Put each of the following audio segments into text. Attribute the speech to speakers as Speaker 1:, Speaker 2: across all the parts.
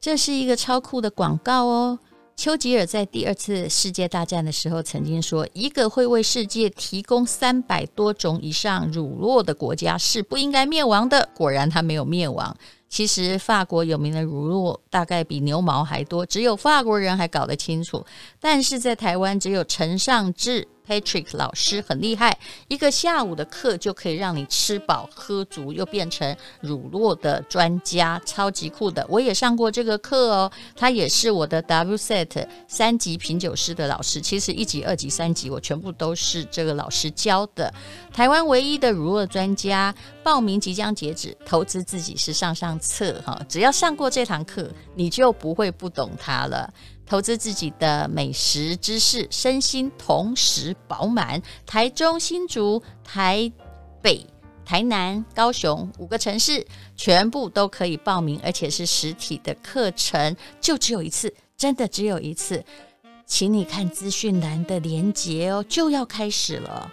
Speaker 1: 这是一个超酷的广告哦。丘吉尔在第二次世界大战的时候曾经说：“一个会为世界提供三百多种以上乳酪的国家是不应该灭亡的。”果然，他没有灭亡。其实，法国有名的乳酪大概比牛毛还多，只有法国人还搞得清楚。但是在台湾，只有陈尚志 Patrick 老师很厉害，一个下午的课就可以让你吃饱喝足，又变成乳酪的专家，超级酷的。我也上过这个课哦，他也是我的 W Set 三级品酒师的老师。其实一级、二级、三级我全部都是这个老师教的。台湾唯一的乳酪专家，报名即将截止，投资自己是上上策哈。只要上过这堂课，你就不会不懂它了。投资自己的美食知识，身心同时饱满。台中、新竹、台北、台南、高雄五个城市全部都可以报名，而且是实体的课程，就只有一次，真的只有一次。请你看资讯栏的连结哦，就要开始了。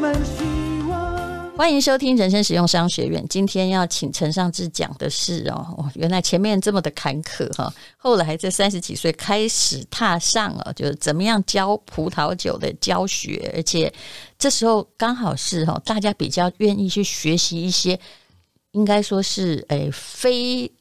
Speaker 2: 满希望。
Speaker 1: 欢迎收听人生实用商学院。今天要请陈尚志讲的是哦，哦原来前面这么的坎坷哈，后来在三十几岁开始踏上了，就是怎么样教葡萄酒的教学，而且这时候刚好是哈，大家比较愿意去学习一些，应该说是诶、非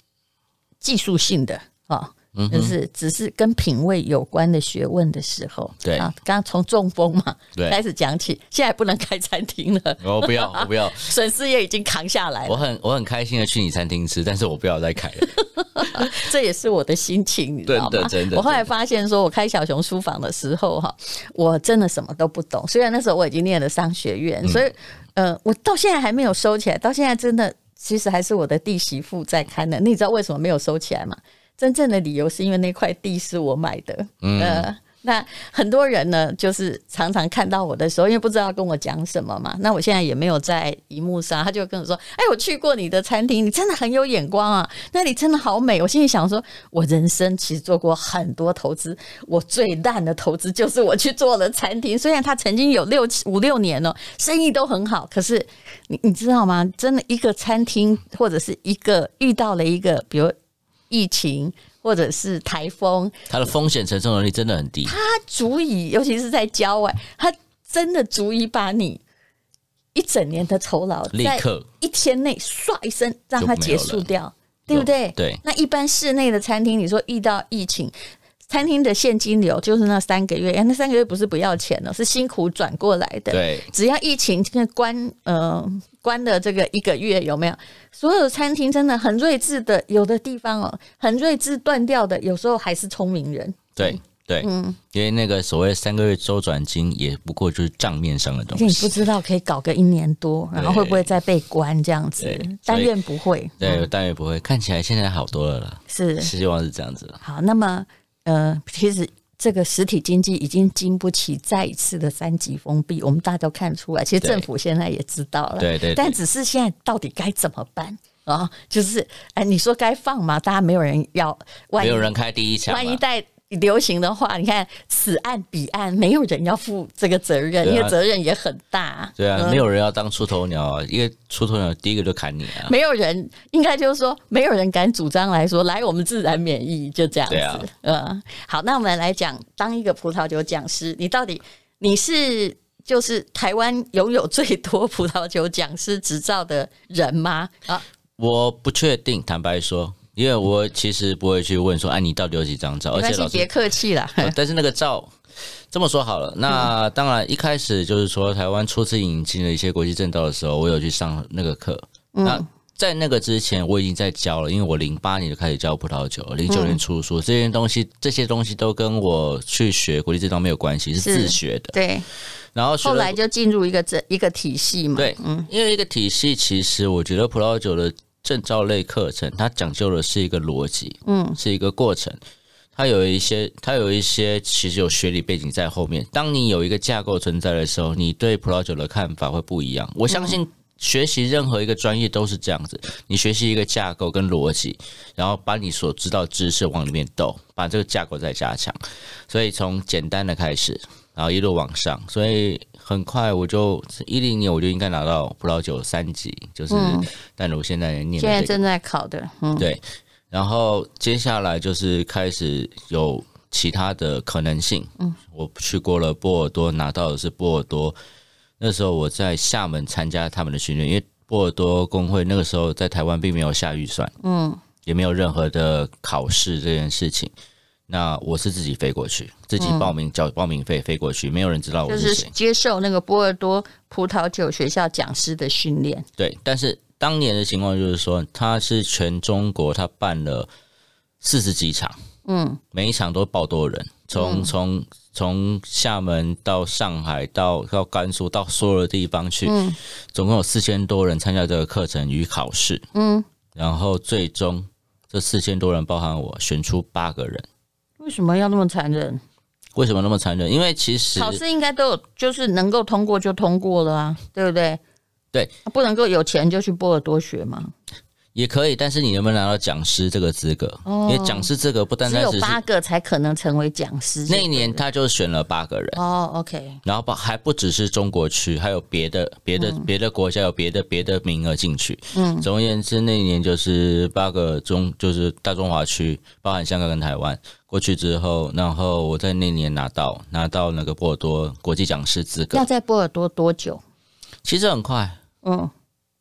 Speaker 1: 技术性的啊。
Speaker 3: 嗯
Speaker 1: 就
Speaker 3: 哼，
Speaker 1: 是只是跟品味有关的学问的时候，
Speaker 3: 对
Speaker 1: 啊，刚刚从中风嘛
Speaker 3: 对
Speaker 1: 开始讲起，现在不能开餐厅了，
Speaker 3: 我哦不要，我不 要，
Speaker 1: 损失也已经扛下来
Speaker 3: 我
Speaker 1: 了，
Speaker 3: 很我很开心的去你餐厅吃，但是我不要再开了。
Speaker 1: 这也是我的心情，你知道
Speaker 3: 真
Speaker 1: 吗
Speaker 3: 的真？的
Speaker 1: 我后来
Speaker 3: 真的
Speaker 1: 发现，说我开小熊书房的时候，哈，我真的什么都不懂。虽然那时候我已经念了商学
Speaker 3: 嗯
Speaker 1: 院，所以呃，我到现在还没有收起来，到现在真的其实还是我的弟媳妇在看的。你知道为什么没有收起来吗？真正的理由是因为那块地是我买的，
Speaker 3: 嗯
Speaker 1: 呃，那很多人呢，就是常常看到我的时候，因为不知道跟我讲什么嘛。那我现在也没有在荧幕上，他就跟我说：“哎，我去过你的餐厅，你真的很有眼光啊，那里真的好美。”我心里想说，我人生其实做过很多投资，我最烂的投资就是我去做了餐厅。虽然他曾经有六七五六年哦，生意都很好，可是你你知道吗？真的一个餐厅或者是一个遇到了一个，比如疫情或者是台风，
Speaker 3: 它的风险承受能力真的很低，
Speaker 1: 它足以，尤其是在郊外，它真的足以把你一整年的酬劳，
Speaker 3: 立
Speaker 1: 在
Speaker 3: 刻
Speaker 1: 一天内唰一声让它结束掉，对不对？
Speaker 3: 对
Speaker 1: 那一般室内的餐厅，你说遇到疫情。餐厅的现金流就是那三个月，哎，那三个月不是不要钱哦了，是辛苦转过来的。
Speaker 3: 对，
Speaker 1: 只要疫情这个关呃关了这个一个月，有没有？所有餐厅真的很睿智的，有的地方哦，很睿智断掉的，有时候还是聪明人。
Speaker 3: 对对，
Speaker 1: 嗯
Speaker 3: 因为那个所谓三个月周转金，也不过就是账面上的东
Speaker 1: 因为你不
Speaker 3: 西。
Speaker 1: 知道可以搞个一年多，然后会不会再被关这样子
Speaker 3: 对所以？
Speaker 1: 但愿不会。
Speaker 3: 对，但也不会，看起来现在好多了啦，
Speaker 1: 是
Speaker 3: 希望是这样子了。
Speaker 1: 好，那么呃，其实这个实体经济已经经不起再一次的三级封闭，我们大家都看出来，其实
Speaker 3: 对
Speaker 1: 政府现在也知道了，
Speaker 3: 对对对
Speaker 1: 但只是现在到底该怎么办啊、就是哎，你说该放吗？大家没有人要，万
Speaker 3: 没
Speaker 1: 一
Speaker 3: 有人啊开第一枪
Speaker 1: 万一
Speaker 3: 了，
Speaker 1: 在流行的话，你看此岸彼岸没有人要负这个责任，
Speaker 3: 对啊
Speaker 1: 因为责任也很大。
Speaker 3: 对啊，
Speaker 1: 嗯
Speaker 3: 没有人要当出头鸟啊，因为出头鸟第一个就砍你啊。
Speaker 1: 没有人，应该就是说，没有人敢主张来说，来我们自然免疫，就这样子。
Speaker 3: 对啊
Speaker 1: 嗯，好，那我们来讲，当一个葡萄酒讲师，你到底你是就是台湾拥有最多葡萄酒讲师执照的人吗？啊，
Speaker 3: 我不确定，坦白说，因为我其实不会去问说，哎、你到底有几张照？
Speaker 1: 没
Speaker 3: 而
Speaker 1: 关
Speaker 3: 且
Speaker 1: 系
Speaker 3: 哦老，师
Speaker 1: 别客气 啦。
Speaker 3: 呃但是那个照，这么说好
Speaker 1: 嗯
Speaker 3: 了，那当然一开始就是说台湾初次引进了一些国际证照的时候，我有去上那个课。
Speaker 1: 嗯
Speaker 3: 那在那个之前，我已经在教了，因为我零八年就开始教葡萄酒，
Speaker 1: 嗯
Speaker 3: 零九年出书，这些东西这些东西都跟我去学国际证照没有关系，是
Speaker 1: 是
Speaker 3: 自学的。
Speaker 1: 对，
Speaker 3: 然后学了
Speaker 1: 后来就进入一个这一个体系嘛。
Speaker 3: 对，因为一个体系，其实我觉得葡萄酒的证照类课程，它讲究的是一个逻辑，嗯，是一个过程。它有一些，它有一些其实有学理背景在后面。当你有一个架构存在的时候，你对葡萄酒的看法会不一样。我相信学习任何一个专业都是这样子，你学习一个架构跟逻辑，然后把你所知道知识往里面斗，把这个架构再加强。所以从简单的开始，然后一路往上，所以很快我就一零年我就应该拿到葡萄酒三级，就是
Speaker 1: 嗯
Speaker 3: 但我现在念
Speaker 1: 现在
Speaker 3: 的这个哦
Speaker 1: 正在考的，嗯，
Speaker 3: 对，然后接下来就是开始有其他的可能性。嗯，我去过了波尔多，拿到的是波尔多。那时候我在厦门参加他们的训练，因为波尔多工会那个时候在台湾并没有下预算，
Speaker 1: 嗯，
Speaker 3: 也没有任何的考试这件事情。那我是自己飞过去，自己报名缴报名费飞过去，没有人知道我
Speaker 1: 嗯就是是
Speaker 3: 谁。
Speaker 1: 接受那个波尔多葡萄酒学校讲师的训练，
Speaker 3: 对，但是当年的情况就是说，他是全中国他办了四十几场，
Speaker 1: 嗯，
Speaker 3: 每一场都爆多人，从从从厦门到上海到到甘肃到所有的地方去，
Speaker 1: 嗯
Speaker 3: 总共有四千多人参加这个课程与考试，
Speaker 1: 嗯，
Speaker 3: 然后最终这四千多人包含我选出八个人。
Speaker 1: 为什么要那么残忍？
Speaker 3: 为什么那么残忍？因为其实
Speaker 1: 考试应该都有，就是能够通过就通过了啊，对不对？啊
Speaker 3: 对，
Speaker 1: 不能够有钱就去波尔多学嘛。
Speaker 3: 也可以，但是你能不能拿到讲师这个资格？
Speaker 1: 哦
Speaker 3: 因为讲师资格不单
Speaker 1: 只
Speaker 3: 单
Speaker 1: 有
Speaker 3: 只是
Speaker 1: 八个才可能成为讲师。
Speaker 3: 那一年他就选了八个人，
Speaker 1: 哦，OK，
Speaker 3: 然后不还不只是中国区，还有别的别的、
Speaker 1: 嗯
Speaker 3: 别的国家有别的别的名额进去。嗯，总而言之，那一年就是八个中，就是大中华区，包含香港跟台湾。过去之后，然后我在那年拿到拿到那个波尔多国际讲师资
Speaker 1: 要
Speaker 3: 格，
Speaker 1: 在波尔多多久？
Speaker 3: 其实很快，
Speaker 1: 嗯，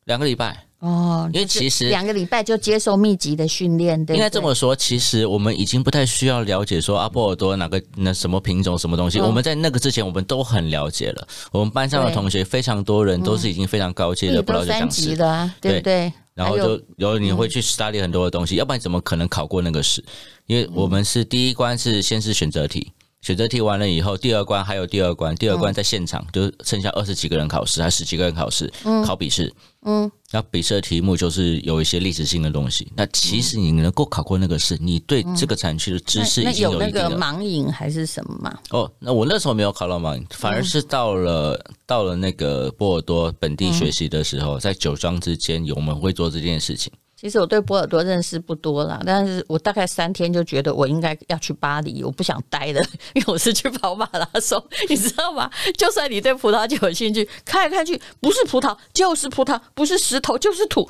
Speaker 3: 两个礼拜。
Speaker 1: 哦，
Speaker 3: 因为其实
Speaker 1: 两个礼拜就接受密集的训练，对不对
Speaker 3: 应该这么说，其实我们已经不太需要了解说阿啊波尔多哪个那什么品种什么东西，
Speaker 1: 嗯
Speaker 3: 我们在那个之前我们都很了解了。我们班上的
Speaker 1: 对
Speaker 3: 同学非常多人都是已经非常高阶
Speaker 1: 你
Speaker 3: 的葡萄
Speaker 1: 都
Speaker 3: 酒
Speaker 1: 三
Speaker 3: 讲师
Speaker 1: 级，了啊，对不对？
Speaker 3: 然后
Speaker 1: 还有嗯
Speaker 3: 就有你会去 study 很多的东西，要不然怎么可能考过那个试？因为我们是第一关是先是选择题，选择题完了以后，第二关还有第二关，第二
Speaker 1: 嗯
Speaker 3: 关在现场、就是剩下二十几个人考试，还十几个人考试，考笔试。
Speaker 1: 嗯，
Speaker 3: 那笔试的题目就是有一些历史性的东西。那其实你能够考过那个试，你对这个产区的知识
Speaker 1: 嗯那
Speaker 3: 已
Speaker 1: 那
Speaker 3: 经
Speaker 1: 有
Speaker 3: 有
Speaker 1: 那
Speaker 3: 一定
Speaker 1: 个
Speaker 3: 的
Speaker 1: 盲饮还是什么嘛？
Speaker 3: 哦，那我那时候没有考到盲，反而是到了、
Speaker 1: 嗯
Speaker 3: 到了那个波尔多本地学习的时候，在酒庄之间，有我们会做这件事情。
Speaker 1: 其实我对波尔多认识不多啦，但是我大概三天就觉得我应该要去巴黎，我不想待了， 因为我是去跑马拉松， 你知道吗？就算你对葡萄酒有兴趣，看来看去不是葡萄就是葡萄，不是石头就是土，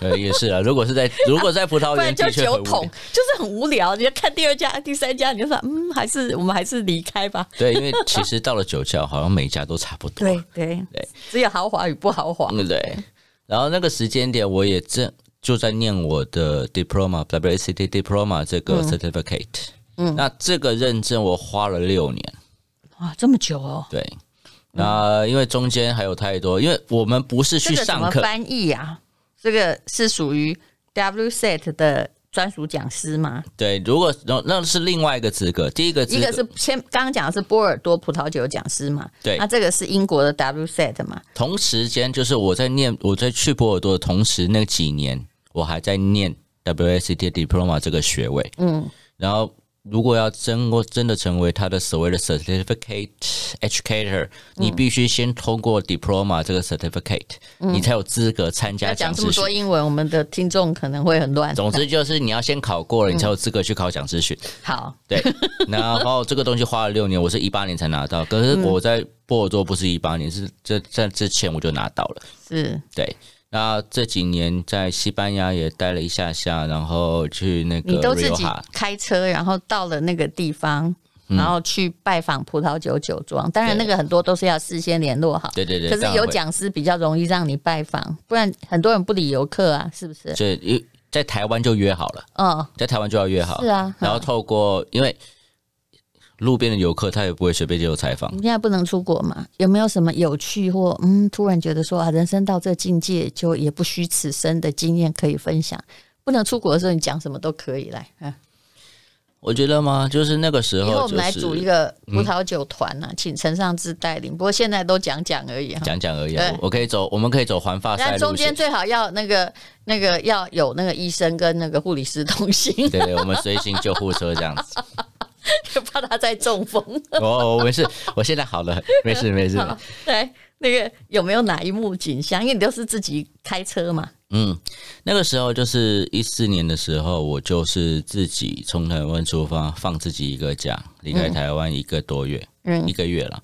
Speaker 3: 呃，也是啊。如果是在如果在葡萄
Speaker 1: 不
Speaker 3: 园，
Speaker 1: 然就
Speaker 3: 哦的确
Speaker 1: 酒
Speaker 3: 很无
Speaker 1: 桶
Speaker 3: 聊。，
Speaker 1: 就是很无聊。你就看第二家、第三家，你就说嗯，还是我们还是离开吧。
Speaker 3: 对，因为其实到了酒窖，好像每家都差不多。
Speaker 1: 对对
Speaker 3: 对，
Speaker 1: 只有豪华与不豪华。
Speaker 3: 嗯，对。然后那个时间点，我也正就在念我的 diploma WACT diploma 这个 certificate。嗯，那这个认证我花了六年。
Speaker 1: 哇，这么久哦，
Speaker 3: 对，那因为中间还有太多，因为我们不是
Speaker 1: 这
Speaker 3: 去
Speaker 1: 个怎
Speaker 3: 上
Speaker 1: 么
Speaker 3: 课，
Speaker 1: 翻译啊？这个是属于 WSET 的专属讲师吗？
Speaker 3: 对，如果那那是另外一个资格，第一个资
Speaker 1: 一
Speaker 3: 格
Speaker 1: 个是先刚刚讲的是波尔多葡萄酒讲师嘛，
Speaker 3: 对
Speaker 1: 那这个是英国的 WSET 嘛，
Speaker 3: 同时间，就是我在念我在去波尔多的同时，那几年我还在念 WACT diploma 这个学位。
Speaker 1: 嗯，
Speaker 3: 然后如果要真过真的成为他的所谓的 certificate educator，、你
Speaker 1: 嗯
Speaker 3: 必须先通过 diploma 这个 certificate，、你才有资格参
Speaker 1: 嗯要
Speaker 3: 加
Speaker 1: 讲
Speaker 3: 讲
Speaker 1: 这
Speaker 3: 师
Speaker 1: 么多
Speaker 3: 训。
Speaker 1: 英文，我们的听众可能会很乱。
Speaker 3: 总之就是你要先考
Speaker 1: 嗯
Speaker 3: 过了，你才有资格去考讲师训。
Speaker 1: 好，
Speaker 3: 对，然后这个东西花了六年，我是一八年才拿到，可
Speaker 1: 嗯
Speaker 3: 是我在波尔多不是一八年，是这在之前我就拿到了。
Speaker 1: 是
Speaker 3: 对，那这几年在西班牙也待了一下下，然后去那个
Speaker 1: 你都自己
Speaker 3: Rioja
Speaker 1: 开车，然后到了那个地方，然后去拜访葡萄酒酒庄。当然，
Speaker 3: 嗯对
Speaker 1: 那个很多都是要事先联络好。
Speaker 3: 对对对，
Speaker 1: 可
Speaker 3: 当
Speaker 1: 是
Speaker 3: 然
Speaker 1: 有
Speaker 3: 会，
Speaker 1: 讲师比较容易让你拜访，不然很多人不理游客啊，是不是？
Speaker 3: 所以在台湾就约好了，
Speaker 1: 嗯，
Speaker 3: 在台湾就要约好，
Speaker 1: 是啊。
Speaker 3: 然后
Speaker 1: 嗯
Speaker 3: 透过因为路边的游客他也不会随便接受采访
Speaker 1: 你，现在不能出国嘛？有没有什么有趣或嗯，突然觉得说啊，人生到这境界就也不虚此生的经验可以分享？不能出国的时候，你讲什么都可以来。嗯
Speaker 3: 我觉得吗？就是那个时
Speaker 1: 啊以后
Speaker 3: 候
Speaker 1: 我
Speaker 3: 就
Speaker 1: 们来组一
Speaker 3: 是嗯
Speaker 1: 个葡萄酒团啊，请陈尚志带领。不过现在都讲讲而已哈。
Speaker 3: 讲讲而已、
Speaker 1: 对
Speaker 3: 啊。我我可以走，我们可以走环发 赛
Speaker 1: 但
Speaker 3: 路
Speaker 1: 中
Speaker 3: 线
Speaker 1: 间。最好要那个那个要有那个医生跟那个护理师同行，
Speaker 3: 对对，我们随行救护车这样子。
Speaker 1: 怕他再中风。
Speaker 3: 我我没事，我现在好了，没事没事。
Speaker 1: 对，那个有没有哪一幕景象？因为你都是自己开车嘛，
Speaker 3: 嗯，那个时候就是一四年的时候，我就是自己从台湾出发，放自己一个假，离开台湾一个多月，
Speaker 1: 嗯
Speaker 3: 一个月了，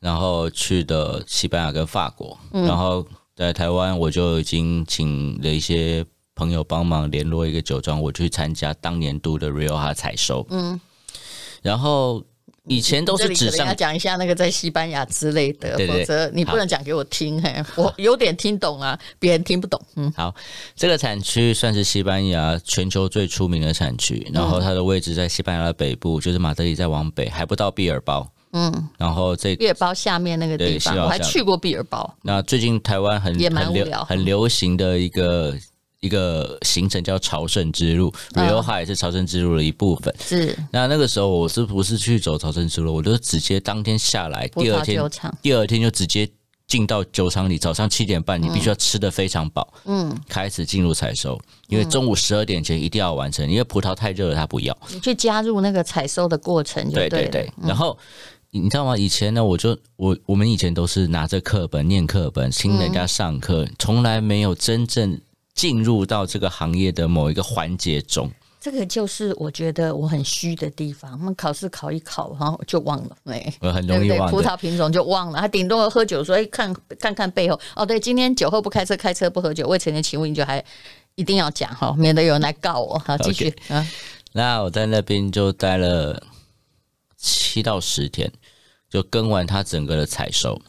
Speaker 3: 然后去的西班牙跟法国，
Speaker 1: 嗯
Speaker 3: 然后在台湾我就已经请了一些朋友帮忙联络一个酒庄，我去参加当年度的 Rioja 采收，
Speaker 1: 嗯，
Speaker 3: 然后以前都
Speaker 1: 这
Speaker 3: 是
Speaker 1: 里
Speaker 3: 纸
Speaker 1: 可能要
Speaker 3: 上。
Speaker 1: 讲一下那个在西班牙之类的，
Speaker 3: 对对对
Speaker 1: 否则你不能讲给我听，嘿，我有点听懂啊，别人听不懂，嗯
Speaker 3: 好，这个产区算是西班牙全球最出名的产区，然
Speaker 1: 嗯
Speaker 3: 后它的位置在西班牙的北部，就是马德里再往北还不到毕尔包。
Speaker 1: 嗯，
Speaker 3: 然后这
Speaker 1: 毕尔包下面那个地
Speaker 3: 对西
Speaker 1: 方，
Speaker 3: 班牙
Speaker 1: 我还
Speaker 3: 下面
Speaker 1: 去过毕尔包，
Speaker 3: 那最近台湾很
Speaker 1: 也蛮
Speaker 3: 很
Speaker 1: 无
Speaker 3: 流
Speaker 1: 聊嗯
Speaker 3: 很流行的一个一个行程叫朝圣之路
Speaker 1: 嗯
Speaker 3: ，Rioja 也是朝圣之路的一部分。
Speaker 1: 是
Speaker 3: 那那个时候我是不是去走朝圣之路？我就直接当天下来，
Speaker 1: 葡
Speaker 3: 第二
Speaker 1: 萄
Speaker 3: 天
Speaker 1: 酒厂，
Speaker 3: 第二天就直接进到酒厂里，早上七点半，你必须要吃的非常饱，
Speaker 1: 嗯，
Speaker 3: 开始进入采收，因为中午十二点前一定要完成，因为葡萄太热了，它不要。
Speaker 1: 你去加入那个采收的过程就
Speaker 3: 对
Speaker 1: 对嗯
Speaker 3: 对
Speaker 1: 了
Speaker 3: 对，然后。你知道吗？以前呢，我就我我们以前都是拿着课本念课本，听人家
Speaker 1: 嗯
Speaker 3: 上课，从来没有真正进入到这个行业的某一个环节中。
Speaker 1: 这个就是我觉得我很虚的地方。我们考试考一考，然后就忘了，哎，
Speaker 3: 我很容易
Speaker 1: 对不
Speaker 3: 忘
Speaker 1: 对葡
Speaker 3: 的
Speaker 1: 萄品种就忘了。他顶多喝酒说，哎，看看看背后。哦，对，今天酒后不开车，开车不喝酒。未成年请勿饮酒，还一定要讲哈，免得有人来告我。好，继续啊，
Speaker 3: 那我在那边就待了七到十天，就跟完它整个的采收。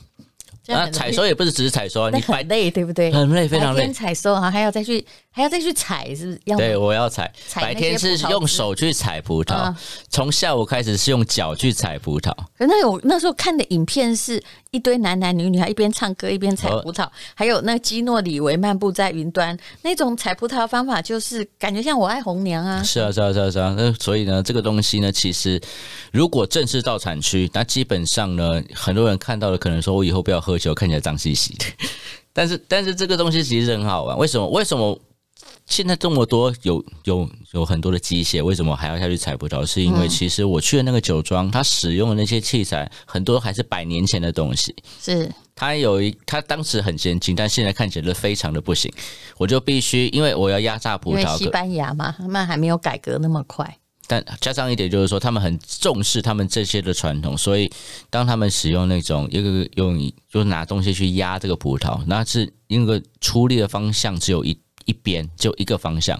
Speaker 1: 这样
Speaker 3: 那
Speaker 1: 很
Speaker 3: 啊采收也不是只是采收啊，
Speaker 1: 那
Speaker 3: 你白
Speaker 1: 很累，对不对？
Speaker 3: 很累，非常
Speaker 1: 白
Speaker 3: 累
Speaker 1: 天。采收啊，还要再去，还要再去采，是不是？要
Speaker 3: 对，我要采。
Speaker 1: 哎采
Speaker 3: 白
Speaker 1: 那
Speaker 3: 天
Speaker 1: 些
Speaker 3: 是
Speaker 1: 葡萄
Speaker 3: 用
Speaker 1: 汁
Speaker 3: 手去采葡萄
Speaker 1: 嗯，
Speaker 3: 从下午开始是用脚去采葡萄。
Speaker 1: 可那有那时候看的影片是一堆男男女女，还一边唱歌一边采
Speaker 3: 哦
Speaker 1: 葡萄，还有那基诺里维漫步在云端那种采葡萄的方法，就是感觉像我爱红娘啊，
Speaker 3: 是啊，是啊，是啊，是啊。那所以呢，这个东西呢，其实如果正式到产区，那基本上呢，很多人看到了可能说，我以后不要喝酒，看起来脏兮兮的。 但是，但是这个东西其实很好玩。为什么？为什么现在这么多有有有很多的机械，为什么还要下去采葡萄？是因为
Speaker 1: 嗯
Speaker 3: 其实我去的那个酒庄，它使用的那些器材很多还是百年前的东西。
Speaker 1: 是
Speaker 3: 它有一，它当时很先进，但现在看起来非常的不行。我就必须，因为我要压榨葡
Speaker 1: 因为
Speaker 3: 萄，
Speaker 1: 西班牙嘛，他们还没有改革那么快，
Speaker 3: 但加上一点就是说，他们很重视他们这些的传统，所以当他们使用那种一个用就拿东西去压这个葡萄，那是因为出力的方向只有一一边，就一个方向，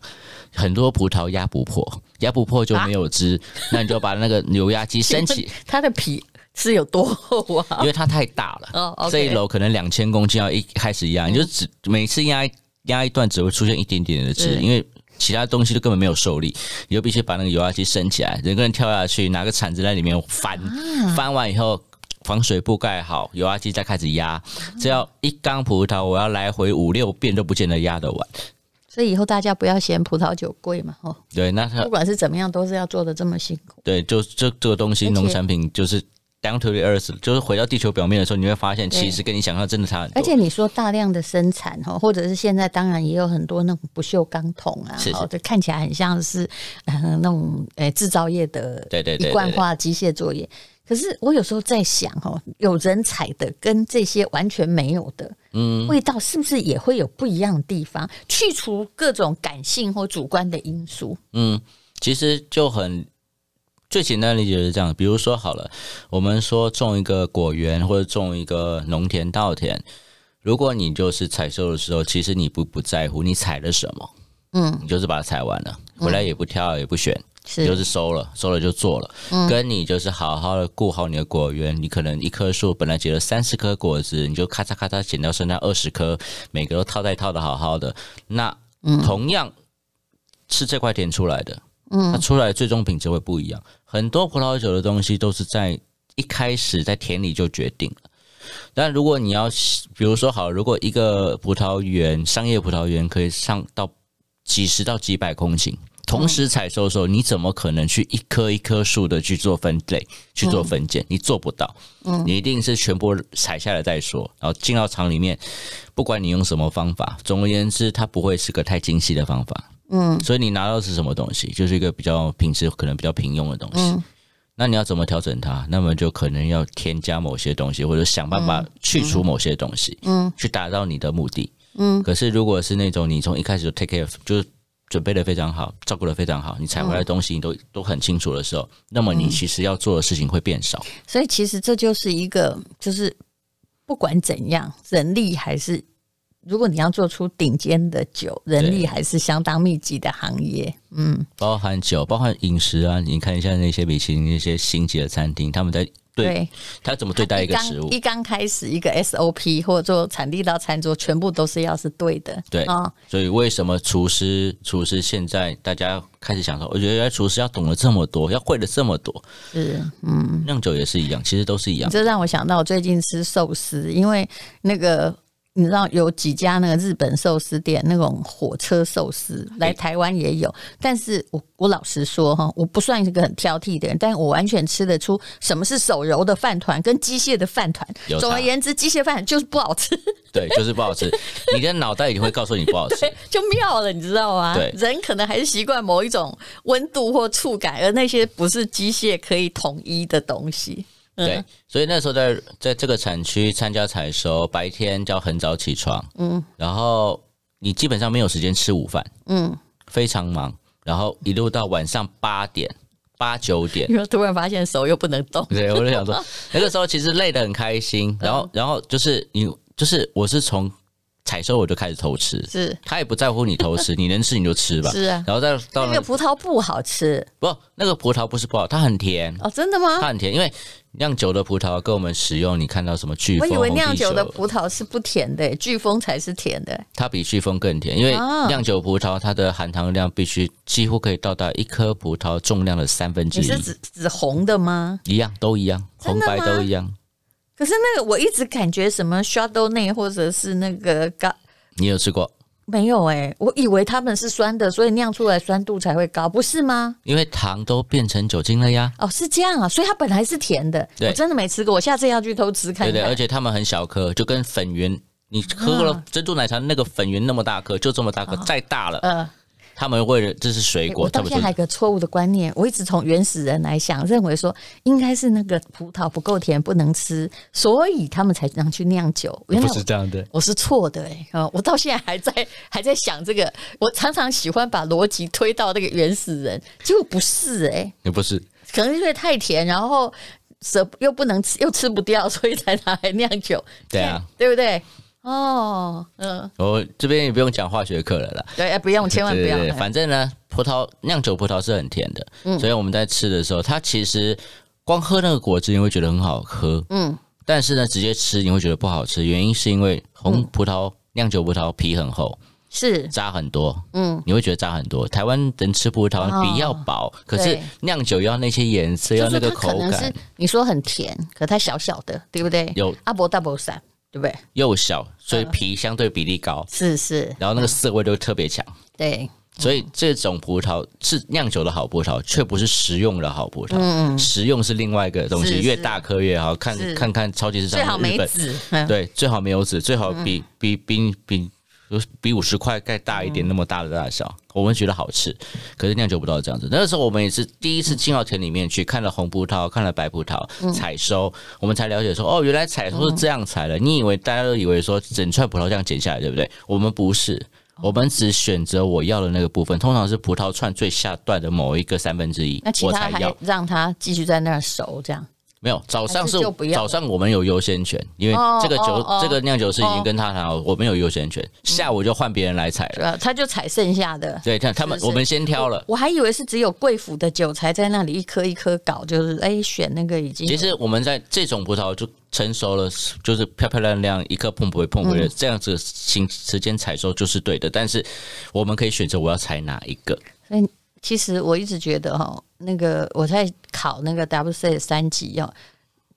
Speaker 3: 很多葡萄压不破，压不破就
Speaker 1: 啊
Speaker 3: 没有汁，那你就把那个扭 压机升起，
Speaker 1: 它的皮是有多厚啊
Speaker 3: 因？为它太大了，
Speaker 1: 哦，OK
Speaker 3: 这一楼可能两千公斤要一开始压，你就只每次压一压一段只会出现一点点的汁，
Speaker 1: 嗯
Speaker 3: 因为。其他东西都根本没有受力，你就必须把那个油压机升起来，整个人跳下去，拿个铲子在里面翻，
Speaker 1: 啊
Speaker 3: 翻完以后防水布盖好，油压机再开始
Speaker 1: 啊
Speaker 3: 压。这要一缸葡萄，我要来回五六遍都不见得压得完。
Speaker 1: 所以以后大家不要嫌葡萄酒贵嘛，哦，
Speaker 3: 对，那它
Speaker 1: 不管是怎么样，都是要做的这么辛苦。
Speaker 3: 对，就这这个东
Speaker 1: 而
Speaker 3: 西，
Speaker 1: 且
Speaker 3: 农产品就是 down to the earth，就是回到地球表面的时候，你会发现
Speaker 1: 对
Speaker 3: 其实跟你想象真的差很多。
Speaker 1: 而且你说大量的生产哈，或者是现在当然也有很多那种不锈钢桶啊，
Speaker 3: 是是
Speaker 1: 哦，这看起来很像是呃那种呃制造业的
Speaker 3: 对对对对对
Speaker 1: 一贯化机械作业。可是我有时候在想哦，有人采的跟这些完全没有的，嗯，味道是不是也会有不一样的地方？去除各种感性或主观的因素，
Speaker 3: 嗯，其实就很最简单的理解是这样，比如说好了，我们说种一个果园或者种一个农田稻田，如果你就是采收的时候，其实你不不在乎你采了什么，
Speaker 1: 嗯，
Speaker 3: 你就是把它采完了，回来也不挑也不选，
Speaker 1: 是
Speaker 3: 就是收了，收了就做了。跟你就是好好的顾好你的果园，你可能一棵树本来结了三十颗果子，你就咔嚓咔嚓剪掉剩下二十颗，每个都套在套的好好的。那同样是这块田出来的，嗯，它出来的最终品质会不一样。很多葡萄酒的东西都是在一开始在田里就决定了。但如果你要，比如说好，如果一个葡萄园商业葡萄园可以上到几十到几百公顷，同时采收的时候，你怎么可能去一棵一棵树的去做分类、去做分拣？你做不到。嗯，你一定是全部采下来再说，然后进到厂里面，不管你用什么方法，总而言之，它不会是个太精细的方法。嗯，所以你拿到的是什么东西，就是一个比较平时可能比较平庸的东西。那你要怎么调整它？那么就可能要添加某些东西，或者想办法去除某些东西，嗯，去达到你的目的。嗯，可是如果是那种你从一开始就 take care，of，就是准备的非常好，照顾的非常好，你采回来的东西你都、都很清楚的时候，那么你其实要做的事情会变少。
Speaker 1: 所以其实这就是一个，就是不管怎样，人力还是如果你要做出顶尖的酒，人力
Speaker 3: 对
Speaker 1: 还是相当密集的行业。
Speaker 3: 包含酒，包含饮食啊，你看一下那些米其林那些星级的餐厅，他们在对
Speaker 1: 对
Speaker 3: 他怎么对待一个
Speaker 1: 刚
Speaker 3: 食物
Speaker 1: 一，刚开始一个 SOP 或者做产地到餐桌，全部都是要是对的。
Speaker 3: 对
Speaker 1: 啊、
Speaker 3: 所以为什么厨师厨师现在大家开始想说，我觉得厨师要懂得这么多，要会的这么多，
Speaker 1: 是
Speaker 3: 酿酒也是一样，其实都是一样。
Speaker 1: 这让我想到我最近吃寿司，因为那个你知道有几家那个日本寿司店，那种火车寿司来台湾也有，但是我我老实说哈，我不算是个很挑剔的人，但我完全吃得出什么是手揉的饭团跟机械的饭团
Speaker 3: 有。差
Speaker 1: 总而言之，机械饭团就是不好吃，
Speaker 3: 对，就是不好吃。你的脑袋已经会告诉你不好吃。
Speaker 1: 就妙了，你知道吗
Speaker 3: 对？
Speaker 1: 人可能还是习惯某一种温度或触感，而那些不是机械可以统一的东西。
Speaker 3: 对，所以那时候在在这个产区参加采收，白天就要很早起床，嗯，然后你基本上没有时间吃午饭，
Speaker 1: 嗯，
Speaker 3: 非常忙，然后一路到晚上八点八九 点，
Speaker 1: 因为突然发现手又不能动。
Speaker 3: 对，我就想说，那个时候其实累得很开心，
Speaker 1: 嗯
Speaker 3: 然后然后就是你就是我是从采收我就开始偷吃，
Speaker 1: 是
Speaker 3: 他也不在乎你 偷吃，你能吃你就吃吧，
Speaker 1: 是啊
Speaker 3: 然后再到
Speaker 1: 那
Speaker 3: 了
Speaker 1: 个葡萄不好吃
Speaker 3: 不那个葡萄不是不好，它很甜，
Speaker 1: 哦，真的吗
Speaker 3: 它？很甜，因为酿酒的葡萄跟我们使用你看到什么飓
Speaker 1: 我
Speaker 3: 风、
Speaker 1: 以为
Speaker 3: 红
Speaker 1: 酿
Speaker 3: 啤
Speaker 1: 酒的
Speaker 3: 酒
Speaker 1: 葡萄是不甜的，欸飓风才是甜的。欸
Speaker 3: 它比飓风更甜，因为
Speaker 1: 啊
Speaker 3: 酿酒葡萄它的含糖量必须几乎可以到达一颗葡萄重量的三分之
Speaker 1: 你是指
Speaker 3: 一，
Speaker 1: 指红的吗？
Speaker 3: 一样都一样，
Speaker 1: 真
Speaker 3: 红
Speaker 1: 的吗
Speaker 3: 白都一样。
Speaker 1: 可是那个我一直感觉什么 shadow 内或者是那个高
Speaker 3: 你有吃过？
Speaker 1: 没有哎、我以为它们是酸的，所以酿出来酸度才会高，不是吗？
Speaker 3: 因为糖都变成酒精了呀。
Speaker 1: 哦，是这样啊，所以它本来是甜的。
Speaker 3: 对
Speaker 1: 我真的没吃过，我下次要去偷吃看
Speaker 3: 对
Speaker 1: 看。
Speaker 3: 对，而且它们很小颗，就跟粉圆，你喝了珍珠奶茶那个粉圆那么大颗，就这么大颗，再大了，
Speaker 1: 呃，
Speaker 3: 他们为了这是水
Speaker 1: 欸
Speaker 3: 果，
Speaker 1: 我
Speaker 3: 他
Speaker 1: 到
Speaker 3: 们
Speaker 1: 现在还
Speaker 3: 说
Speaker 1: 有个错误的观念，我一直从原始人来想，认为说应该是那个葡萄不够甜，不能吃，所以他们才能去酿酒。原来我
Speaker 3: 这样的。
Speaker 1: 我是错的哎、欸，啊，我到现在还在还在想这个，我常常喜欢把逻辑推到那个原始人，结果不是哎、
Speaker 3: 也不是，
Speaker 1: 可能因为太甜，然后舍又不能吃，又吃不掉，所以才拿来酿酒，
Speaker 3: 对啊，
Speaker 1: 对不对？哦，嗯、
Speaker 3: 我这边也不用讲化学课了啦。
Speaker 1: 对，哎不用，千万不
Speaker 3: 对
Speaker 1: 要，
Speaker 3: 对对，
Speaker 1: 哎
Speaker 3: 反正呢，葡萄酿酒葡萄是很甜的，
Speaker 1: 嗯
Speaker 3: 所以我们在吃的时候，它其实光喝那个果汁，你会觉得很好喝，嗯，但是呢，直接吃你会觉得不好吃，原因是因为红葡萄酿、酒葡萄皮很厚，
Speaker 1: 是
Speaker 3: 渣很多，
Speaker 1: 嗯
Speaker 3: 嗯，你会觉得渣很多。台湾人吃葡萄
Speaker 1: 哦
Speaker 3: 比较薄，可是
Speaker 1: 对
Speaker 3: 酿酒要那些颜色，
Speaker 1: 就
Speaker 3: 要啊
Speaker 1: 是
Speaker 3: 那个
Speaker 1: 它可
Speaker 3: 口
Speaker 1: 能是
Speaker 3: 感，
Speaker 1: 你说很甜，可它小小的，对不对？
Speaker 3: 有
Speaker 1: 阿伯大伯散，对不对？
Speaker 3: 又小，所以
Speaker 1: 嗯
Speaker 3: 皮相对比例高，
Speaker 1: 是是，
Speaker 3: 然后那个涩味就特别强。
Speaker 1: 对，
Speaker 3: 所以这种葡萄是酿酒的好葡萄，却不是食用的好葡萄。嗯，食用是另外一个东
Speaker 1: 是
Speaker 3: 西，越
Speaker 1: 是
Speaker 3: 大颗越好。看
Speaker 1: 是
Speaker 3: 看看超级市
Speaker 1: 最好
Speaker 3: 场的日
Speaker 1: 没
Speaker 3: 本，
Speaker 1: 籽，嗯，
Speaker 3: 对，最好没有籽，最好比比比比比五十块再大一点
Speaker 1: 嗯
Speaker 3: 那么大的大小，我们觉得好吃。可是酿酒葡萄是这样子，那时候我们也是第一次进到田里面去，看了红葡萄，看了白葡萄
Speaker 1: 嗯
Speaker 3: 采收，我们才了解说，哦，原来采收是这样采的。你以为大家都以为说整串葡萄这样剪下来，对不对？我们不是。
Speaker 1: 哦
Speaker 3: 我们只选择我要的那个部分，通常是葡萄串最下段的某一个三分之一
Speaker 1: 那，其
Speaker 3: 我
Speaker 1: 他
Speaker 3: 才
Speaker 1: 还
Speaker 3: 要。
Speaker 1: 让它继续在那儿熟，这样
Speaker 3: 没有，早上
Speaker 1: 还是
Speaker 3: 是
Speaker 1: 就不要
Speaker 3: 早上我们有优先权，因为
Speaker 1: 哦
Speaker 3: 这个酒、
Speaker 1: 哦哦
Speaker 3: 这个酿酒师已经跟他谈好，我们有优先权，下午就换别人来采了。
Speaker 1: 对吧？它就采剩下的。
Speaker 3: 对，看他
Speaker 1: 嗯
Speaker 3: 们
Speaker 1: 是是嗯
Speaker 3: 我们先挑了。
Speaker 1: 我还以为是只有贵府的酒才在那里一颗一颗搞，就是哎、选那个已经
Speaker 3: 其实我们在这种葡萄就成熟了，就是漂漂亮亮，一颗碰不会碰不会的、
Speaker 1: 嗯
Speaker 3: 这样子形时间采收就是对的。但是我们可以选择我要采哪一个。
Speaker 1: 所以其实我一直觉得哈，那个我在考那个 WC 三级哦，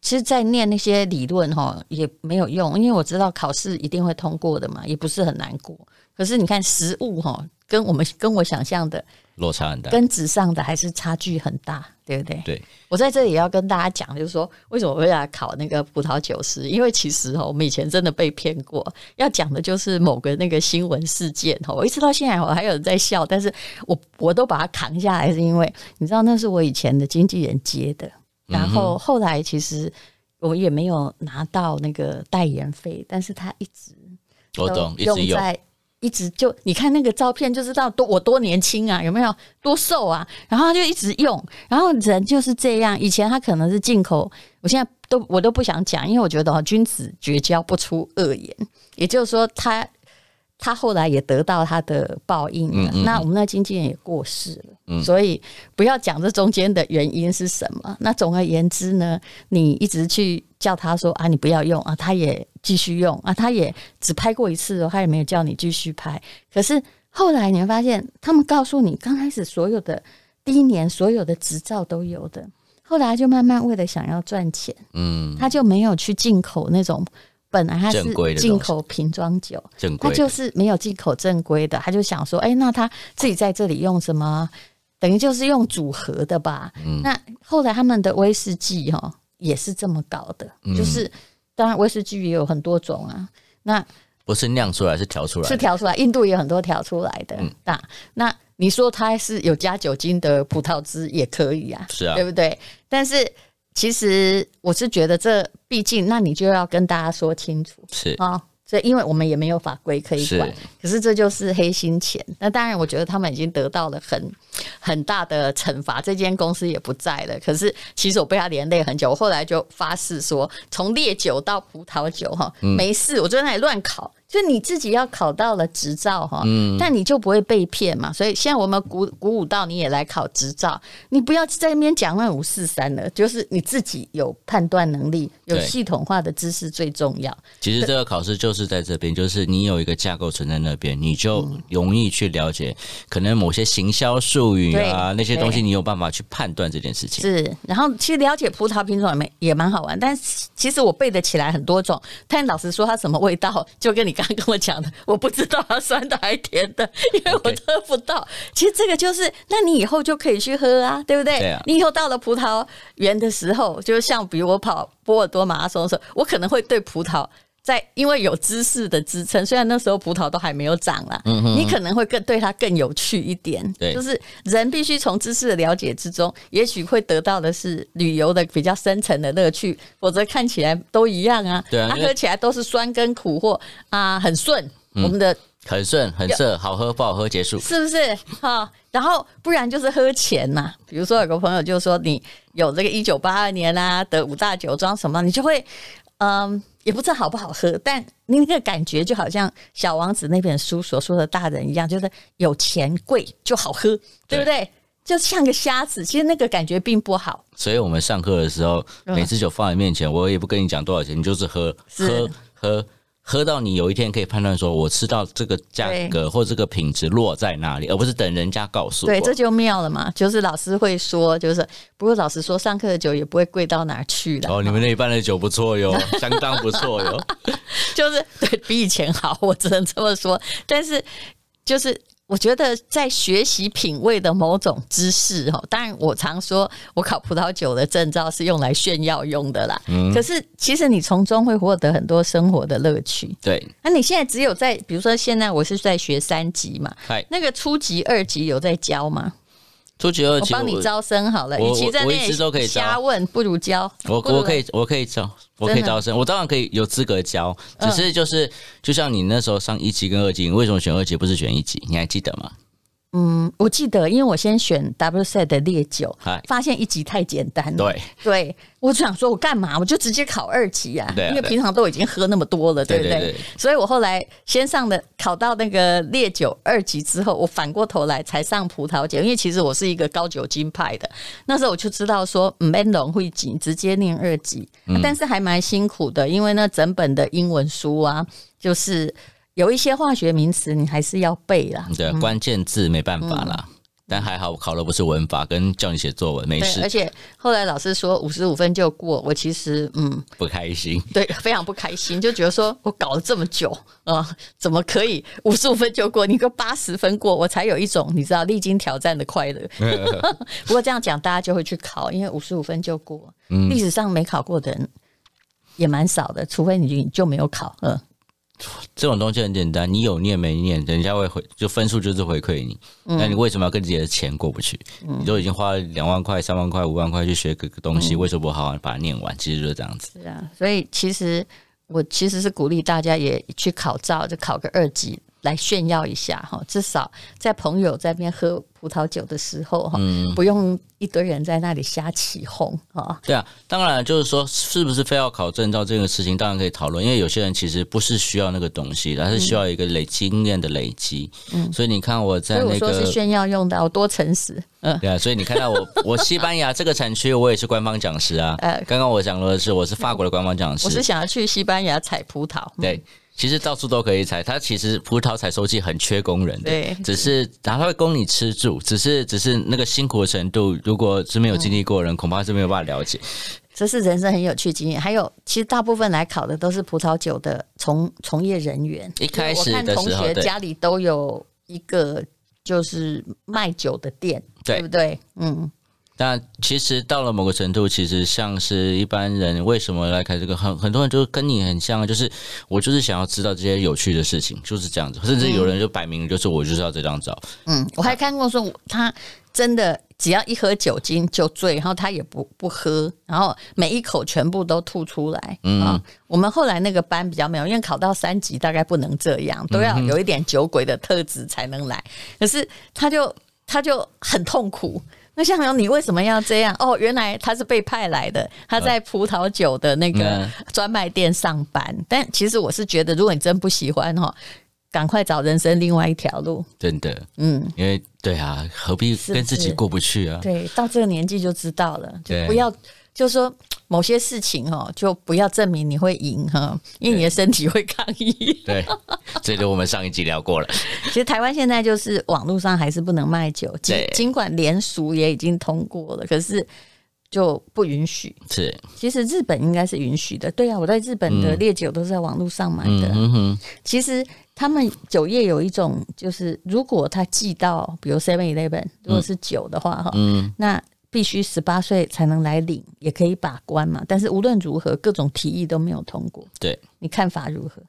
Speaker 1: 其实，在念那些理论哈也没有用，因为我知道考试一定会通过的嘛，也不是很难过。可是你看实物哈，跟我们跟我想象的
Speaker 3: 落差很大。
Speaker 1: 跟纸上的还是差距很大，对不对？
Speaker 3: 对，
Speaker 1: 我在这里要跟大家讲，就是说为什么会来考那个葡萄酒师？因为其实哦，我们以前真的被骗过。要讲的就是某个那个新闻事件哦，我一直到现在我还有人在笑，但是我我都把它扛下来，是因为你知道那是我以前的经纪人接的，然后后来其实我也没有拿到那个代言费，但是他一直
Speaker 3: 我懂，一
Speaker 1: 都
Speaker 3: 直
Speaker 1: 用
Speaker 3: 有。
Speaker 1: 在一直就你看那个照片就知道多我多年轻啊，有没有多瘦啊？然后他就一直用，然后人就是这样。以前他可能是进口，我现在都我都不想讲，因为我觉得哦，君子绝交不出恶言，也就是说他。他后来也得到他的报应了。
Speaker 3: 嗯嗯嗯
Speaker 1: 那我们那经纪人也过世了，所以不要讲这中间的原因是什么。那总而言之呢，你一直去叫他说啊，你不要用啊，他也继续用啊，他也只拍过一次哦，他也没有叫你继续拍。可是后来你会发现，他们告诉你，刚开始所有的第一年所有的执照都有的，后来就慢慢为了想要赚钱，
Speaker 3: 嗯，
Speaker 1: 他就没有去进口那种本来他是
Speaker 3: 正规的东西
Speaker 1: 进口瓶装酒，
Speaker 3: 正
Speaker 1: 他
Speaker 3: 规
Speaker 1: 就
Speaker 3: 的
Speaker 1: 是没有进口正规的，他就想说，哎、那他自己在这里用什么？等于就是用组合的吧。
Speaker 3: 嗯
Speaker 1: 那后来他们的威士忌哦也是这么搞的，
Speaker 3: 嗯
Speaker 1: 就是当然威士忌也有很多种啊。那
Speaker 3: 不是酿出来，是调出来
Speaker 1: 是
Speaker 3: 的。
Speaker 1: 调出来，印度也有很多调出来
Speaker 3: 嗯
Speaker 1: 的。那、那你说它是有加酒精的葡萄汁也可以啊，
Speaker 3: 是啊
Speaker 1: 对不对？但是其实我是觉得这，毕竟那你就要跟大家说清楚
Speaker 3: 是
Speaker 1: 啊、哦。所以，因为我们也没有法规可以管
Speaker 3: 是，
Speaker 1: 可是这就是黑心钱。那当然，我觉得他们已经得到了很很大的惩罚，这间公司也不在了。可是，其实我被他连累很久，我后来就发誓说，从烈酒到葡萄酒，哈，
Speaker 3: 嗯
Speaker 1: 没事，我就在那里乱考。就你自己要考到了执照哈，
Speaker 3: 嗯
Speaker 1: 但你就不会被骗嘛。所以现在我们鼓鼓舞到你也来考执照，你不要在那边讲那五四三了，就是你自己有判断能力，有
Speaker 3: 对
Speaker 1: 系统化的知识最重要。
Speaker 3: 其实这个考试就是在这边，就是你有一个架构存在那边，你就
Speaker 1: 嗯
Speaker 3: 容易去了解可能某些行销术语啊
Speaker 1: 对
Speaker 3: 那些东西，
Speaker 1: 对
Speaker 3: 你有办法去判断这件事情。
Speaker 1: 是，然后其实了解葡萄品种也没也蛮好玩，但是其实我背得起来很多种，但老实说它什么味道，就跟你刚刚跟我讲的，我不知道它酸的还甜的，因为我
Speaker 3: OK
Speaker 1: 喝不到。其实这个就是，那你以后就可以去喝啊，对不对？
Speaker 3: 对啊
Speaker 1: 你以后到了葡萄园的时候，就像比如我跑波尔多马拉松的时候，我可能会对葡萄。在因为有知识的支撑，虽然那时候葡萄都还没有长啦，你可能会更对它更有趣一点。
Speaker 3: 嗯对
Speaker 1: 就是人必须从知识的了解之中，也许会得到的是旅游的比较深层的乐趣，否则看起来都一样啊，
Speaker 3: 对啊因为嗯
Speaker 1: 喝起来都是酸跟苦或啊很顺。我们的
Speaker 3: 很顺，很涩，好喝不好喝结束。
Speaker 1: 是不是哈、然后不然就是喝钱呐、比如说有个朋友就说你有这个一九八二年啊的五大酒庄什么，你就会嗯，也不知道好不好喝，但你那个感觉就好像《小王子》那本书所说的大人一样，就是有钱贵就好喝，对不对？就像个瞎子，其实那个感觉并不好。
Speaker 3: 所以我们上课的时候，
Speaker 1: 嗯
Speaker 3: 每次酒放在面前，我也不跟你讲多少钱，你就是喝
Speaker 1: 是
Speaker 3: 喝喝喝到你有一天可以判断说，我吃到这个价格或这个品质落在哪里，而不是等人家告诉我。
Speaker 1: 对，这就妙了嘛。就是老师会说，就是不过老实说，上课的酒也不会贵到哪儿去的。
Speaker 3: 哦，你们那一半的酒不 错哟，相当不错哟。
Speaker 1: 就是 对比以前好，我只能这么说。但是就是我觉得在学习品味的某种知识哦，当然我常说我考葡萄酒的证照是用来炫耀用的啦。
Speaker 3: 嗯
Speaker 1: 可是其实你从中会获得很多生活的乐趣。
Speaker 3: 对，
Speaker 1: 那你现在只有在，比如说现在我是在学三级嘛，
Speaker 3: 嗨，
Speaker 1: 那个初级、二级有在教吗？
Speaker 3: 初级二
Speaker 1: 我
Speaker 3: 级，
Speaker 1: 帮你招生好了，
Speaker 3: 我
Speaker 1: 与其在那
Speaker 3: 我我一直都可
Speaker 1: 里
Speaker 3: 以招
Speaker 1: 瞎问，不如教。
Speaker 3: 我
Speaker 1: 不如
Speaker 3: 我可以我可以招我可
Speaker 1: 真
Speaker 3: 以
Speaker 1: 的
Speaker 3: 招生，我当然可以有资格教，只
Speaker 1: 嗯
Speaker 3: 是就是、就像你那时候上一级跟二级，你为什么选二级不是选一级？你还记得吗？
Speaker 1: 嗯，我记得，因为我先选 W C 的烈酒
Speaker 3: 嗨，
Speaker 1: 发现一级太简单了。
Speaker 3: 对
Speaker 1: 对，我就想说，我干嘛？我就直接考二级啊，
Speaker 3: 对啊
Speaker 1: 因为
Speaker 3: 对啊
Speaker 1: 平常都已经喝那么多了，对不
Speaker 3: 对
Speaker 1: 对？
Speaker 3: 对对
Speaker 1: 所以我后来先上的考到那个烈酒二级之后，我反过头来才上葡萄酒，因为其实我是一个高酒精派的。那时候我就知道说，嗯，没龙会紧，直接念二级、
Speaker 3: 嗯
Speaker 1: 啊但是还蛮辛苦的，因为那整本的英文书啊，就是有一些化学名词你还是要背啦。嗯
Speaker 3: 对，关键字没办法啦。但还好我考的不是文法，跟叫你写作文没
Speaker 1: 对，而
Speaker 3: 事，
Speaker 1: 且后来老师说五十五分就过，我其实嗯，
Speaker 3: 不开心。
Speaker 1: 对，非常不开心，就觉得说我搞了这么久，呃，怎么可以五十五分就过？你个八十分过，我才有一种你知道历经挑战的快乐。 不过这样讲，大家就会去考，因为五十五分就过，
Speaker 3: 嗯
Speaker 1: 历史上没考过的人也蛮少的，除非你就你就没有考，嗯、
Speaker 3: 这种东西很简单，你有念没念，人家会回，就分数就是回馈你。
Speaker 1: 嗯
Speaker 3: 那你为什么要跟自己的钱过不去？你都已经花了两万块、三万块、五万块去学个东
Speaker 1: 嗯
Speaker 3: 西，为什么不好好把它念完？其实就是这样子。
Speaker 1: 是啊，所以其实我其实是鼓励大家也去考照，就考个二级来炫耀一下哈，至少在朋友在那边喝葡萄酒的时候哈，
Speaker 3: 嗯
Speaker 1: 不用一堆人在那里瞎起哄哈。
Speaker 3: 对啊，当然就是说，是不是非要考证照这个事情，当然可以讨论，因为有些人其实不是需要那个东西，而是需要一个累经验的累积。所以你看我
Speaker 1: 嗯所
Speaker 3: 在
Speaker 1: 以我
Speaker 3: 那
Speaker 1: 说是
Speaker 3: 个。
Speaker 1: 炫耀用的，我多诚实。嗯，
Speaker 3: 对啊，所以你看到我，我西班牙这个产区我也是官方讲师啊
Speaker 1: 呃。
Speaker 3: 刚刚我讲的是我是法国的官方讲师，
Speaker 1: 我是想嗯要去西班牙采葡萄。
Speaker 3: 对，其实到处都可以采。它其实葡萄采收季很缺工人的，
Speaker 1: 对
Speaker 3: 只是然后它会供你吃住，只是只是那个辛苦的程度，如果是没有经历过的人，恐怕是没有办法了解。
Speaker 1: 这是人生很有趣经验。还有，其实大部分来考的都是葡萄酒的从从业人员。
Speaker 3: 一开始
Speaker 1: 我看
Speaker 3: 的
Speaker 1: 同
Speaker 3: 时候
Speaker 1: 学
Speaker 3: 对
Speaker 1: 家里都有一个就是卖酒的店，
Speaker 3: 对
Speaker 1: 不对？嗯，
Speaker 3: 那其实到了某个程度，其实像是一般人为什么来开这个，很很多人就跟你很像，就是我就是想要知道这些有趣的事情，就是这样子。甚至有人就摆明了就是我就是要这张照，
Speaker 1: 嗯，我还看过说他真的只要一喝酒精就醉，然后他也不不喝，然后每一口全部都吐出来。嗯、我们后来那个班比较没有，因为考到三级大概不能这样，都要有一点酒鬼的特质才能来。可是他就他就很痛苦。那向荣，你为什么要这样？哦，原来他是被派来的，他在葡萄酒的那个
Speaker 3: 嗯
Speaker 1: 专卖店上班。但其实我是觉得，如果你真不喜欢哈，赶快找人生另外一条路。
Speaker 3: 真的，
Speaker 1: 嗯，
Speaker 3: 因为对啊，何必
Speaker 1: 不
Speaker 3: 跟自己
Speaker 1: 是
Speaker 3: 过不去 啊？
Speaker 1: 对，到这个年纪就知道了，就
Speaker 3: 对
Speaker 1: 不要，就说某些事情哦，就不要证明你会赢哈，因为你的身体会抗议。
Speaker 3: 对，这个我们上一集聊过了。
Speaker 1: 其实台湾现在就是网络上还是不能卖酒，尽
Speaker 3: 对
Speaker 1: 尽管联署也已经通过了，可是就不允许。
Speaker 3: 是，
Speaker 1: 其实日本应该是允许的，对啊，我在日本的烈酒都是在网络上买的。
Speaker 3: 嗯哼，
Speaker 1: 其实他们酒业有一种，就是如果他寄到比如 Seven Eleven，如果是酒的话哈，
Speaker 3: 嗯，
Speaker 1: 那必须十八岁才能来领，也可以把关嘛。但是无论如何，各种提议都没有通过。
Speaker 3: 对，
Speaker 1: 你看法如何？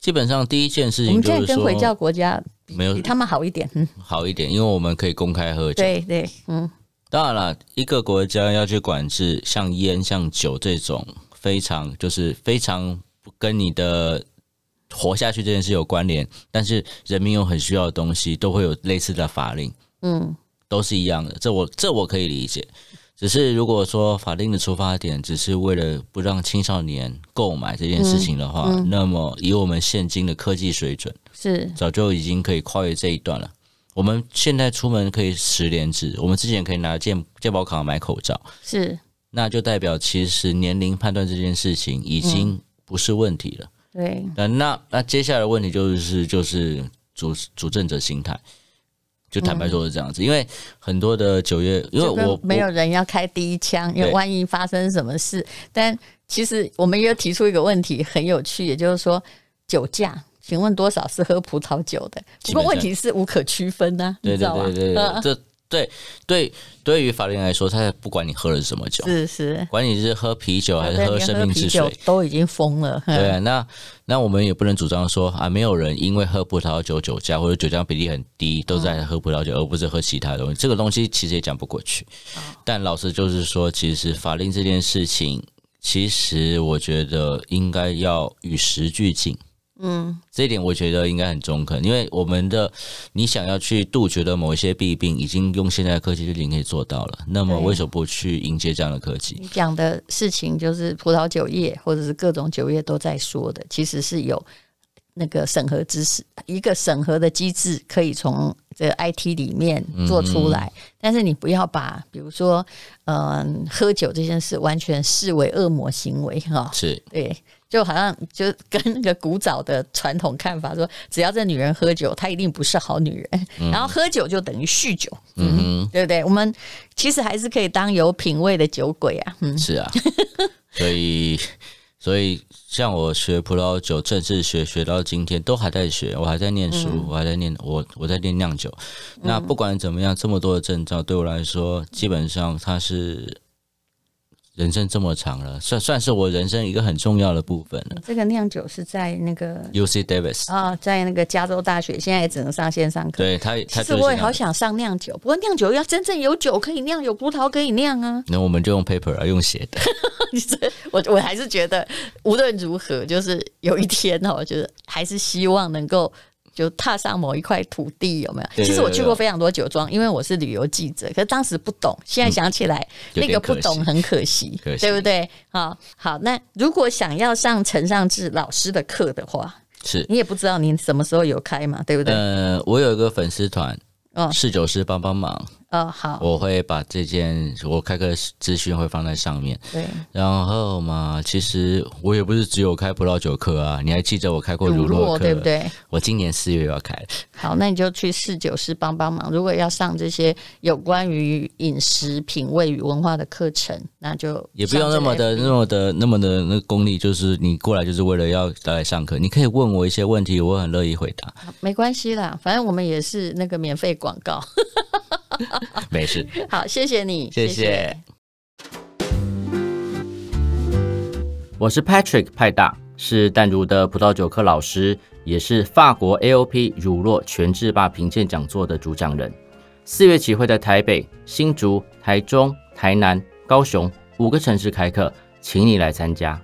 Speaker 3: 基本上第一件事
Speaker 1: 我
Speaker 3: 情
Speaker 1: 们现在
Speaker 3: 就是
Speaker 1: 跟回教
Speaker 3: 说呃
Speaker 1: 国家
Speaker 3: 没有
Speaker 1: 比他们好一点，嗯，
Speaker 3: 好一点，因为我们可以公开喝酒。
Speaker 1: 对对，嗯，
Speaker 3: 当然了，一个国家要去管制像烟、像酒这种非常就是非常不跟你的活下去这件事有关联，但是人民又很需要的东西，都会有类似的法令，
Speaker 1: 嗯，
Speaker 3: 都是一样的。这我这我可以理解。只是如果说法令的出发点只是为了不让青少年购买这件事情的话，那么以我们现今的科技水准，
Speaker 1: 是
Speaker 3: 早就已经可以跨越这一段了。我们现在出门可以十连制，我们之前可以拿健健保卡买口罩，
Speaker 1: 是，
Speaker 3: 那就代表其实年龄判断这件事情已经不是问题了。
Speaker 1: 对，
Speaker 3: 那那那接下来的问题就是就是主主政者心态，就坦白说是这样子，因为很多的酒业，因为
Speaker 1: 就跟
Speaker 3: 我
Speaker 1: 没有
Speaker 3: 我
Speaker 1: 人要开第一枪，因为
Speaker 3: 对
Speaker 1: 万一发生什么事。但其实我们也有提出一个问题，很有趣，也就是说酒驾。请问多少是喝葡萄酒的？不
Speaker 3: 基
Speaker 1: 过
Speaker 3: 本上
Speaker 1: 问题是无可区分呐、你
Speaker 3: 对
Speaker 1: 知
Speaker 3: 对
Speaker 1: 道吗？
Speaker 3: 对对
Speaker 1: 嗯
Speaker 3: 对，这对对对于法律来说，他不管你喝了什么酒，
Speaker 1: 是是，
Speaker 3: 管你是喝啤酒还是
Speaker 1: 对
Speaker 3: 喝
Speaker 1: 连
Speaker 3: 生命
Speaker 1: 啤
Speaker 3: 之
Speaker 1: 酒
Speaker 3: 水，
Speaker 1: 都已经疯了。嗯哼
Speaker 3: 对啊，那那我们也不能主张说啊，没有人因为喝葡萄酒酒驾或者酒驾比例很低，都在
Speaker 1: 嗯
Speaker 3: 喝葡萄酒，而不是喝其他东西。这个东西其实也讲不过去。
Speaker 1: 哦
Speaker 3: 但老师就是说，其实法令这件事情，其实我觉得应该要与时俱进。
Speaker 1: 嗯，
Speaker 3: 这一点我觉得应该很中肯，因为我们的你想要去杜绝的某一些弊病，已经用现在的科技就已经可以做到了。那么
Speaker 1: 对嗯
Speaker 3: 为什么不去迎接这样的科技？
Speaker 1: 你讲的事情就是葡萄酒业或者是各种酒业都在说的，其实是有那个审核知识，一个审核的机制可以从这个 IT 里面做出来，但是你不要把比如说嗯、喝酒这件事完全视为恶魔行为哈、
Speaker 4: 是
Speaker 1: 对，就好像就跟那个古早的传统看法说，只要这女人喝酒，她一定不是好女人。然后喝酒就等于酗酒，嗯，对不对？我们其实还是可以当有品味的酒鬼啊，嗯，
Speaker 4: 是啊， 所以所以像我学葡萄酒正式学学到今天都还在学，我还在念书，
Speaker 1: 嗯
Speaker 4: 我还在念我我在念酿酒。那不管怎么样，这么多的证照对我来说，基本上它是。人生这么长了，算算是我人生一个很重要的部分了。
Speaker 1: 这个酿酒是在那个
Speaker 4: U C Davis，、
Speaker 1: 啊、在那个加州大学，现在也只能上线上课。
Speaker 4: 对他，他
Speaker 1: 其
Speaker 4: 就是
Speaker 1: 实我也
Speaker 4: 那
Speaker 1: 好
Speaker 4: 样
Speaker 1: 想上酿酒，不过酿酒要真正有酒可以酿，有葡萄可以酿啊。
Speaker 4: 那我们就用 paper 来用写的，
Speaker 1: 你这 我我还是觉得，无论如何，就是有一天哦，就是还是希望能够就踏上某一块土地，有没有？
Speaker 4: 对对
Speaker 1: 其实我去
Speaker 4: 对
Speaker 1: 过
Speaker 4: 对
Speaker 1: 非常多酒庄，因为我是旅游记者，可是当时不懂，现在想起来、
Speaker 4: 有
Speaker 1: 那
Speaker 4: 点
Speaker 1: 个
Speaker 4: 嗯
Speaker 1: 不
Speaker 4: 可惜
Speaker 1: 懂很可惜，
Speaker 4: 可惜
Speaker 1: 对不对？好好，那如果想要上陈尚志老师的课的话，
Speaker 4: 是。
Speaker 1: 你也不知道你什么时候有开嘛，对不对？
Speaker 4: 呃，我有一个粉丝团，
Speaker 1: 嗯
Speaker 4: 侍酒师帮帮忙，
Speaker 1: 哦，好，
Speaker 4: 我会把这件我开课资讯会放在上面。
Speaker 1: 对，
Speaker 4: 然后嘛，其实我也不是只有开葡萄酒课啊，你还记得我开过乳酪课，
Speaker 1: 对不？对？
Speaker 4: 我今年四月要开，
Speaker 1: 好，那你就去侍酒师帮帮忙。如果要上这些有关于饮食品味与文化的课程，那就
Speaker 4: 也不用那么的、
Speaker 1: 上这
Speaker 4: 那
Speaker 1: 个 FB
Speaker 4: 么的、那么的那个功利，就是你过来就是为了要来上课，你可以问我一些问题，我很乐意回 答，
Speaker 1: 没关系啦，反正我们也是那个免费广告。
Speaker 4: 没事，
Speaker 1: 好，谢谢你，
Speaker 4: 谢谢。
Speaker 3: 我是 Patrick 派大，是淡如的葡萄酒课老师，也是法国 AOP 乳酪全制霸评鉴讲座的主讲人。四月起会在台北、新竹、台中、台南、高雄五个城市开课，请你来参加。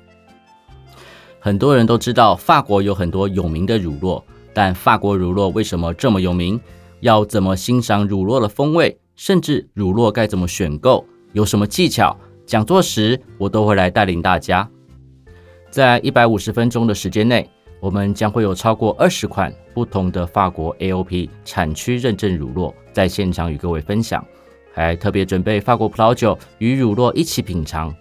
Speaker 3: 很多人都知道法国有很多有名的乳酪，但法国乳酪为什么这么有名？要怎么欣赏乳酪的风味，甚至乳酪该怎么选购，有什么技巧？讲座时我都会来带领大家。在一百五十分钟的时间内，我们将会有超过二十款不同的法国 AOP 产区认证乳酪在现场与各位分享，还特别准备法国葡萄酒与乳酪一起品尝。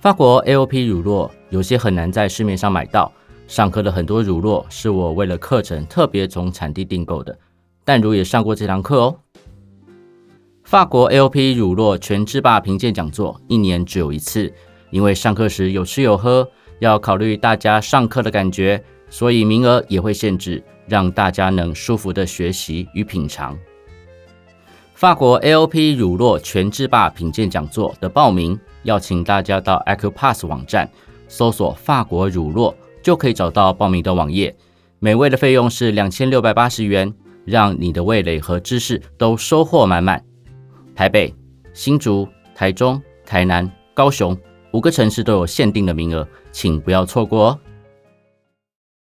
Speaker 3: 法国 AOP 乳酪有些很难在市面上买到，上课的很多乳酪是我为了课程特别从产地订购的，但如也上过这堂课哦。法国 AOP 乳酪全制霸评鉴讲座一年只有一次，因为上课时有吃有喝，要考虑大家上课的感觉，所以名额也会限制，让大家能舒服的学习与品尝。法国 AOP 乳酪全制霸品鉴讲座的报名，要请大家到 Acupass 网站搜索“法国乳酪”，就可以找到报名的网页。每位的费用是两千六百八十元，让你的味蕾和知识都收获满满。台北、新竹、台中、台南、高雄五个城市都有限定的名额，请不要错过哦。